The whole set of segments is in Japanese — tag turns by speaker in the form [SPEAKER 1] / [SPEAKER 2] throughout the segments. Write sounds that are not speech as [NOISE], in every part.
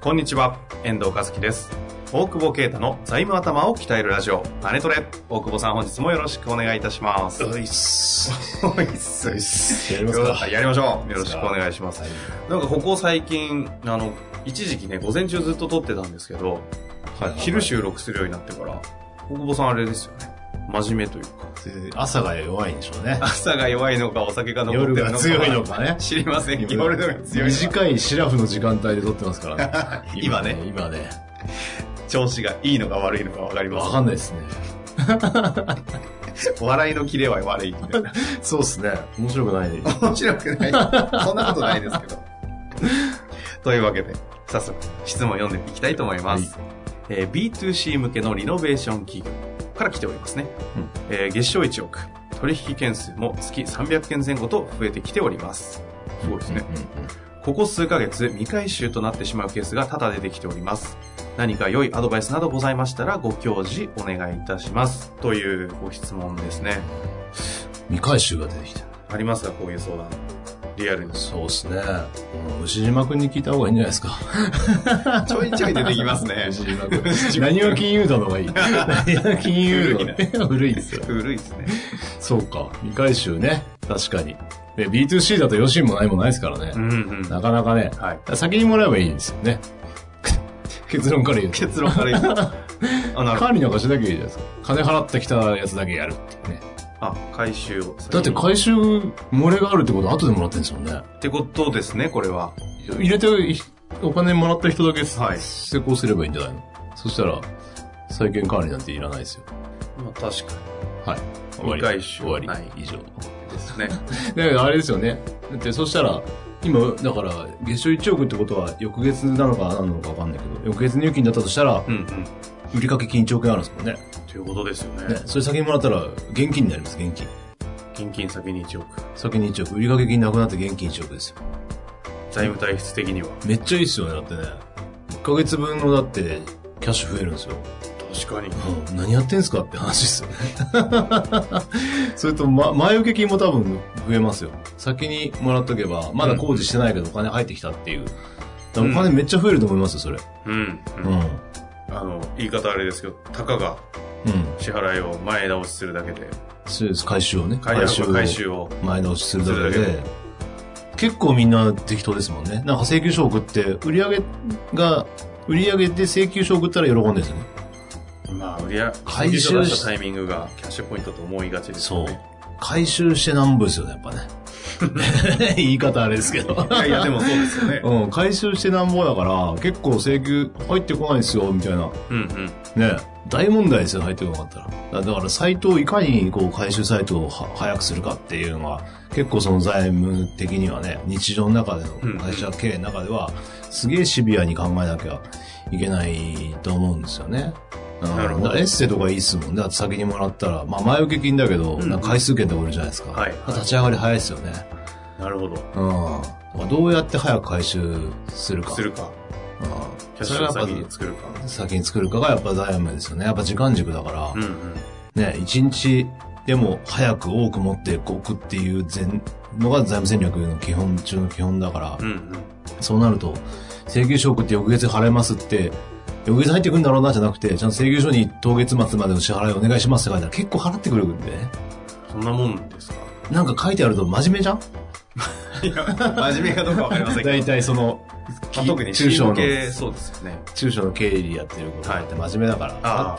[SPEAKER 1] こんにちは、遠藤和樹です。大久保啓太の財務頭を鍛えるラジオ、マネトレ。大久保さん、本日もよろしくお願いいたします。
[SPEAKER 2] ういっす。
[SPEAKER 1] おいっす。
[SPEAKER 2] やります
[SPEAKER 1] よ
[SPEAKER 2] か。
[SPEAKER 1] やりましょう。よろしくお願いします。なんかここ最近、あの、一時期ね、午前中ずっと撮ってたんですけど、
[SPEAKER 2] はい
[SPEAKER 1] 昼収録するようになってから、大久保さんあれですよね。真面目というか。
[SPEAKER 2] 朝が弱いんでしょうね。
[SPEAKER 1] 朝が弱いのか、お酒が残って
[SPEAKER 2] 夜
[SPEAKER 1] るのか。
[SPEAKER 2] が強いのかね。
[SPEAKER 1] 知りません。夜のが強いのか。。
[SPEAKER 2] 短いシラフの時間帯で撮ってますからね
[SPEAKER 1] 今ね。
[SPEAKER 2] [LAUGHS] 今ね。
[SPEAKER 1] 調子がいいのか悪いのかわかりま
[SPEAKER 2] わ
[SPEAKER 1] せ
[SPEAKER 2] か
[SPEAKER 1] ん。
[SPEAKER 2] んないですね。
[SPEAKER 1] 笑いのキレは悪いみたいな。
[SPEAKER 2] そうですね。面白くないね。
[SPEAKER 1] 面白く [LAUGHS] ない。そんなことないですけど。 [LAUGHS] というわけで、早速、質問を読んでいきたいと思います。えー B2C 向けのリノベーション企業から来ておりますね。
[SPEAKER 2] うん
[SPEAKER 1] えー月賞1億、取引件数も月300件前後と増えてきております。すごいですね。ここ数ヶ月、未回収となってしまうケースが多々出てきております。何か良いアドバイスなどございましたら、ご教示お願いいたします。というご質問ですね。
[SPEAKER 2] 未回収が出てきた。
[SPEAKER 1] ありますかこういう相談。リアルに。
[SPEAKER 2] そうですね。うん牛島くんに聞いた方がいいんじゃないですか。
[SPEAKER 1] ちょいちょい出てきますね。
[SPEAKER 2] 牛島 [LAUGHS] くん。何は金融道の方がい [LAUGHS] い。何は金融道。
[SPEAKER 1] 古
[SPEAKER 2] 古いですよ。
[SPEAKER 1] 古いですね。
[SPEAKER 2] そうか。未回収ね。確かに。で B2C だと余震もないもないですからね。
[SPEAKER 1] んうん
[SPEAKER 2] なかなかね。
[SPEAKER 1] はい。
[SPEAKER 2] 先にもらえばいいんですよね。結論から言うと。
[SPEAKER 1] 結論から言うと。あ、なるほど。
[SPEAKER 2] 管理なんかしなきゃいいじゃないですか。金払ってきたやつだけやるっていうね。
[SPEAKER 1] あ、回収を。
[SPEAKER 2] だって
[SPEAKER 1] っ
[SPEAKER 2] 回収漏れがあるってことは後でもらってんですもんね。
[SPEAKER 1] てことですね、これは。
[SPEAKER 2] 入れてお金もらった人だけ
[SPEAKER 1] はい
[SPEAKER 2] 施工すればいいんじゃないの、そしたら、債権管理なんていらないですよ。
[SPEAKER 1] まあ確か
[SPEAKER 2] はい。終わり。
[SPEAKER 1] 未回収
[SPEAKER 2] 終わり。
[SPEAKER 1] ない
[SPEAKER 2] 以上。
[SPEAKER 1] にですね。
[SPEAKER 2] だからあれですよね。だってそしたら、今、だから、月賞1億ってことは、翌月なのか何なのかわかんないけど、翌月入金だったとしたら
[SPEAKER 1] う、んうん。
[SPEAKER 2] 売りかけ金1億円あるんですもんね。
[SPEAKER 1] ということですよね
[SPEAKER 2] ね。、それ先にもらったら、現金になります、現金。
[SPEAKER 1] 現金先に1億。
[SPEAKER 2] 先に1億、売り掛け金なくなって現金1億ですよ。
[SPEAKER 1] 財務体質的には。
[SPEAKER 2] めっちゃいいっすよね、だってね。1ヶ月分のだって、キャッシュ増えるんですよ。
[SPEAKER 1] 確かに。
[SPEAKER 2] うん何やってんすかって話ですよね。 [LAUGHS] それと、ま、前受け金も多分増えますよ。先にもらっとけば、まだ工事してないけどお金入ってきたっていう。だからお金めっちゃ増えると思いますよ、それ。
[SPEAKER 1] うん。う
[SPEAKER 2] うんん。うん。
[SPEAKER 1] あの、言い方あれですけど、たかが支払いを前倒しするだけで、
[SPEAKER 2] そうです、回収をね。
[SPEAKER 1] 回収回収を。
[SPEAKER 2] 前倒しするだけ
[SPEAKER 1] する
[SPEAKER 2] で、結構みんな適当ですもんね。なんか請求書送って、売り上げが、売り上げで請求書送ったら喜んでるんですよね。
[SPEAKER 1] まあ、売り上げ、
[SPEAKER 2] 回収し
[SPEAKER 1] 請求書出したタイミングがキャッシュポイントと思いがちです
[SPEAKER 2] そ
[SPEAKER 1] よ
[SPEAKER 2] う
[SPEAKER 1] ね。。
[SPEAKER 2] 回収してなんぼですよね、やっぱ
[SPEAKER 1] [LAUGHS]
[SPEAKER 2] ね。言い方あれですけど。
[SPEAKER 1] いやいや、でもそうですよ [LAUGHS] ね。
[SPEAKER 2] うん、回収してなんぼだから、結構請求入ってこないですよ、みたいな。
[SPEAKER 1] うんうん。
[SPEAKER 2] ね大問題ですよ、入ってこなかったら。だだから、サイトをいかに、こう、回収サイトをは早くするかっていうのは、結構その財務的にはね、日常の中で
[SPEAKER 1] うん
[SPEAKER 2] の会社経営の中では、すげえシビアに考えなきゃいけないと思うんですよね。うん
[SPEAKER 1] なるほど
[SPEAKER 2] だからエッセとかいいっすもんね。だって先にもらったら、まあ前受け金だけど、
[SPEAKER 1] うん
[SPEAKER 2] なんか回数券とか売るじゃないですか。
[SPEAKER 1] はい
[SPEAKER 2] 立ち上がり早いですよね。
[SPEAKER 1] なるほど。
[SPEAKER 2] うん。だからどうやって早く回収するか。
[SPEAKER 1] するか。
[SPEAKER 2] う
[SPEAKER 1] キャッ
[SPEAKER 2] ん。
[SPEAKER 1] シ
[SPEAKER 2] そ
[SPEAKER 1] ュ
[SPEAKER 2] れ
[SPEAKER 1] を
[SPEAKER 2] がやっ
[SPEAKER 1] 先に
[SPEAKER 2] ぱ
[SPEAKER 1] 作るか。
[SPEAKER 2] 先に作るかがやっぱ財務ですよね。やっぱ時間軸だから。
[SPEAKER 1] うんうん。
[SPEAKER 2] ね、一日でも早く多く持っていくっていう全のが財務戦略の基本中の基本だから、
[SPEAKER 1] うんうん。
[SPEAKER 2] そうなると、請求書送って翌月払いますって、翌月入ってくるんだろうなじゃなくて、ちゃんと請求書に当月末までの支払いお願いしますって書いたら結構払ってくるんでね。
[SPEAKER 1] そんなもんですか
[SPEAKER 2] なんか書いてあると真面目じゃん
[SPEAKER 1] いや、 [LAUGHS] 真面目かどうかわかりませんけ
[SPEAKER 2] 大体その、
[SPEAKER 1] ど。まあ特に
[SPEAKER 2] 中
[SPEAKER 1] 中
[SPEAKER 2] 小
[SPEAKER 1] 小
[SPEAKER 2] の
[SPEAKER 1] 系、そうですよね。
[SPEAKER 2] 中小の経理やってることだって真面目だから。
[SPEAKER 1] ああ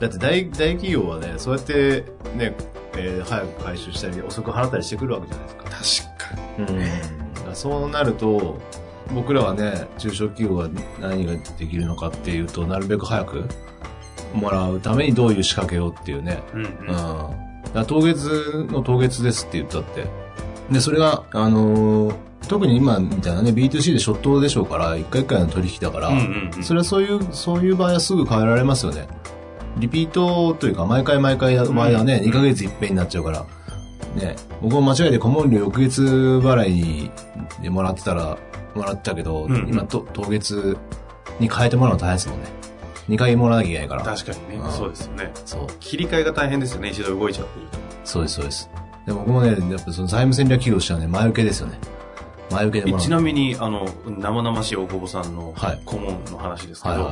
[SPEAKER 2] だって大大企業はね、そうやってね、えー早く回収したり、遅く払ったりしてくるわけじゃないですか。
[SPEAKER 1] 確かに。
[SPEAKER 2] うん、だからそうなると、僕らはね、中小企業が何ができるのかっていうと、なるべく早くもらうためにどういう仕掛けをっていうね、
[SPEAKER 1] うん
[SPEAKER 2] う
[SPEAKER 1] うんん。
[SPEAKER 2] から当月の当月ですって言ったって。で、それが、あのー特に今みたいなね、B2C で初頭でしょうから、一回一回の取引だから、
[SPEAKER 1] うんうんうん
[SPEAKER 2] それはそういう、そういう場合はすぐ変えられますよね。リピートというか、毎回毎回の場合はね、
[SPEAKER 1] うん
[SPEAKER 2] 2ヶ月いっぺんになっちゃうから、ね、僕も間違えて顧問料翌月払いでもらってたら、もらったけど、
[SPEAKER 1] うん
[SPEAKER 2] 今と、当月に変えてもらうの大変ですもんね。2回もらわなきゃいけないから。
[SPEAKER 1] 確かにね、
[SPEAKER 2] うん
[SPEAKER 1] そうですよね。
[SPEAKER 2] そう。
[SPEAKER 1] 切り替えが大変ですよね、一度動いちゃってると。
[SPEAKER 2] そうです、そうです。で、僕もね、やっぱその財務戦略企業としてはね、前受けですよね。前受けでも
[SPEAKER 1] え
[SPEAKER 2] らう
[SPEAKER 1] ちなみに、あの、生々しい大久保さんの
[SPEAKER 2] はい
[SPEAKER 1] 顧問の話ですけ
[SPEAKER 2] はい
[SPEAKER 1] ど、
[SPEAKER 2] は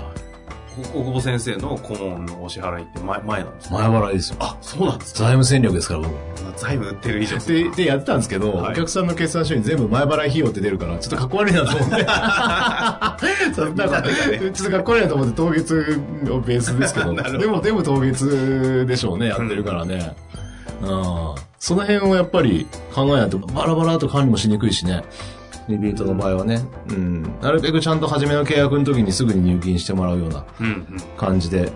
[SPEAKER 1] こ大久保先生の顧問のお支払いって前前なんです
[SPEAKER 2] い。
[SPEAKER 1] ね
[SPEAKER 2] 前払いですよ。
[SPEAKER 1] あ、そうなんです
[SPEAKER 2] 財務戦略ですから、僕。
[SPEAKER 1] 財務売ってる以上。
[SPEAKER 2] で、で、やってたんですけど、
[SPEAKER 1] はい
[SPEAKER 2] お客さんの決算書に全部前払い費用って出るから、ちょっとかっこ悪いなと思 [LAUGHS] って。そうなんか、ちょっとかっこ悪いなと思って、当月をベースですけ [LAUGHS] ど、
[SPEAKER 1] なるほど
[SPEAKER 2] でも、でも当月でしょうね、やってるからね。うん。その辺をやっぱり考えないと、バラバラと管理もしにくいしね。リピートの場合はね。うん。なるべくちゃんと初めの契約の時にすぐに入金してもらうような
[SPEAKER 1] うんうん。
[SPEAKER 2] 感じで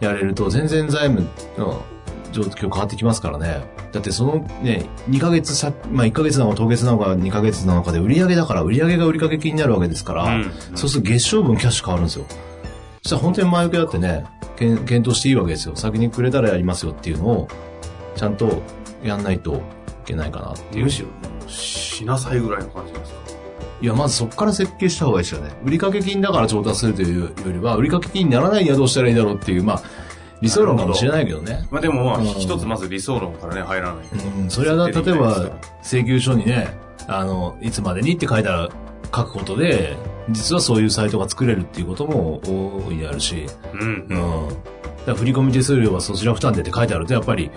[SPEAKER 2] やれると、全然財務の状況変わってきますからね。だってそのね、2ヶ月さ、まあ1ヶ月なのか当月なのか2ヶ月なのかで売上だから、売上が売掛金になるわけですから、
[SPEAKER 1] うんうん
[SPEAKER 2] そうすると月賞分キャッシュ変わるんですよ。そしたら本当に前受けだってね、けん検討していいわけですよ。先にくれたらやりますよっていうのを、ちゃんとやんないといけないかなっていう
[SPEAKER 1] む。しろ、しなさいぐらいの感じですか。
[SPEAKER 2] いや、まずそこから設計した方がいいですよね。売掛金だから調達するというよりは、売掛金にならないにはどうしたらいいだろうっていう、まあ、理想論かもしれないけどね。
[SPEAKER 1] まあでもまあ、
[SPEAKER 2] うん
[SPEAKER 1] 一つまず理想論からね、入らないと。
[SPEAKER 2] うん、それは例え
[SPEAKER 1] 設定できない
[SPEAKER 2] ば
[SPEAKER 1] で、
[SPEAKER 2] 請求書にね、あの、いつまでにって書いたら書くことで、実はそういうサイトが作れるっていうことも大いにあるし、
[SPEAKER 1] うん
[SPEAKER 2] う。ん。だから振込手数料はそちら負担でって書いてあると、やっぱり、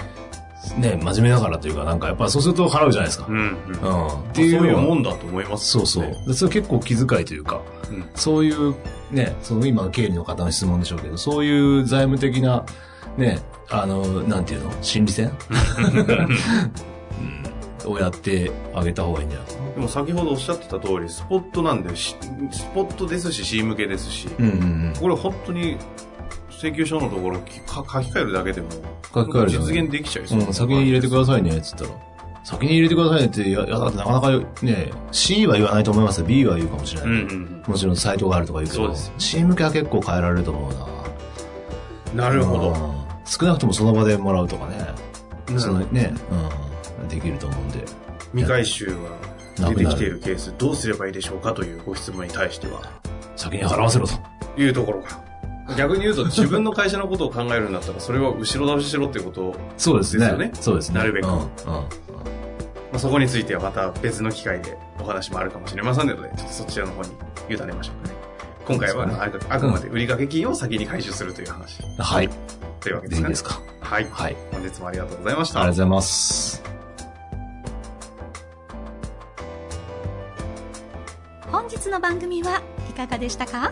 [SPEAKER 2] ね、真面目ながらというか、なんかやっぱそうすると払うじゃないですか
[SPEAKER 1] う。んうん。
[SPEAKER 2] う
[SPEAKER 1] まあ
[SPEAKER 2] ん。って
[SPEAKER 1] そう
[SPEAKER 2] いう
[SPEAKER 1] いう
[SPEAKER 2] のは
[SPEAKER 1] もんだと思います。
[SPEAKER 2] そうそう。でそれ結構気遣いというか、
[SPEAKER 1] うん
[SPEAKER 2] そういう、ね、その今の経理の方の質問でしょうけど、そういう財務的な、ね、あの、なんていうの、心理戦、うん、をやってあげた方がいいんじゃないかな。
[SPEAKER 1] でも先ほどおっしゃってた通り、スポットなんで、しスポットですし、C 向けですし、
[SPEAKER 2] うんうんうん。
[SPEAKER 1] これ本当に請求書のところきか書き換えるだけでも、
[SPEAKER 2] 書き換えるじゃ
[SPEAKER 1] 実
[SPEAKER 2] ない
[SPEAKER 1] 現できちゃいそうう、
[SPEAKER 2] ん、先に入れてくださいね、つったら。先に入れてくださいねって、いや、いやだってなかなかね、C は言わないと思いますよ B は言うかもしれない。
[SPEAKER 1] うんうん
[SPEAKER 2] もちろんサイトがあるとか言うけ
[SPEAKER 1] そう
[SPEAKER 2] ど
[SPEAKER 1] です、
[SPEAKER 2] C 向けは結構変えられると思うな。
[SPEAKER 1] うん。なるほ
[SPEAKER 2] うん
[SPEAKER 1] ど。。
[SPEAKER 2] 少なくともその場でもらうとかね。
[SPEAKER 1] な
[SPEAKER 2] そ
[SPEAKER 1] るほ
[SPEAKER 2] の
[SPEAKER 1] ど
[SPEAKER 2] ね、うん、できると思うんで。
[SPEAKER 1] 未回収は出てきているケース、どうすればいいでしょうかというご質問に対しては、
[SPEAKER 2] 先に払わせろと。
[SPEAKER 1] いうところか。逆に言うと、自分の会社のことを考えるんだったら、それは後ろ倒ししろっていうことを、
[SPEAKER 2] そうですす
[SPEAKER 1] ね
[SPEAKER 2] ね。そうですね。
[SPEAKER 1] なるべく
[SPEAKER 2] うん。うん
[SPEAKER 1] まあ、そこについてはまた別の機会でお話もあるかもしれませんので、ちょっとそちらの方に委ねましょうかね。今回は
[SPEAKER 2] そう
[SPEAKER 1] あくあくまで売掛金を先に回収するという話
[SPEAKER 2] はい。
[SPEAKER 1] というわけで
[SPEAKER 2] ですいい
[SPEAKER 1] ね
[SPEAKER 2] で。すか。
[SPEAKER 1] はい。
[SPEAKER 2] はい。あり
[SPEAKER 1] 本日もありがとうございまし
[SPEAKER 2] がとう
[SPEAKER 1] た
[SPEAKER 2] ご。ざいます。
[SPEAKER 3] 本日の番組はいかがでしたか